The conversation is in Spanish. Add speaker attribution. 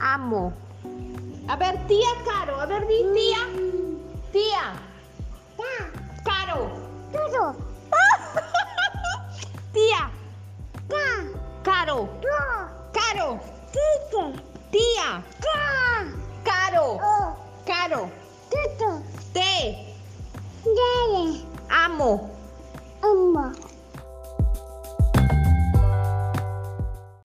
Speaker 1: amo. A ver, tía Caro, a ver, di tía. Tía. Caro. Tía. Caro. Caro. Tía. Caro. Caro. Te amo.
Speaker 2: Amma.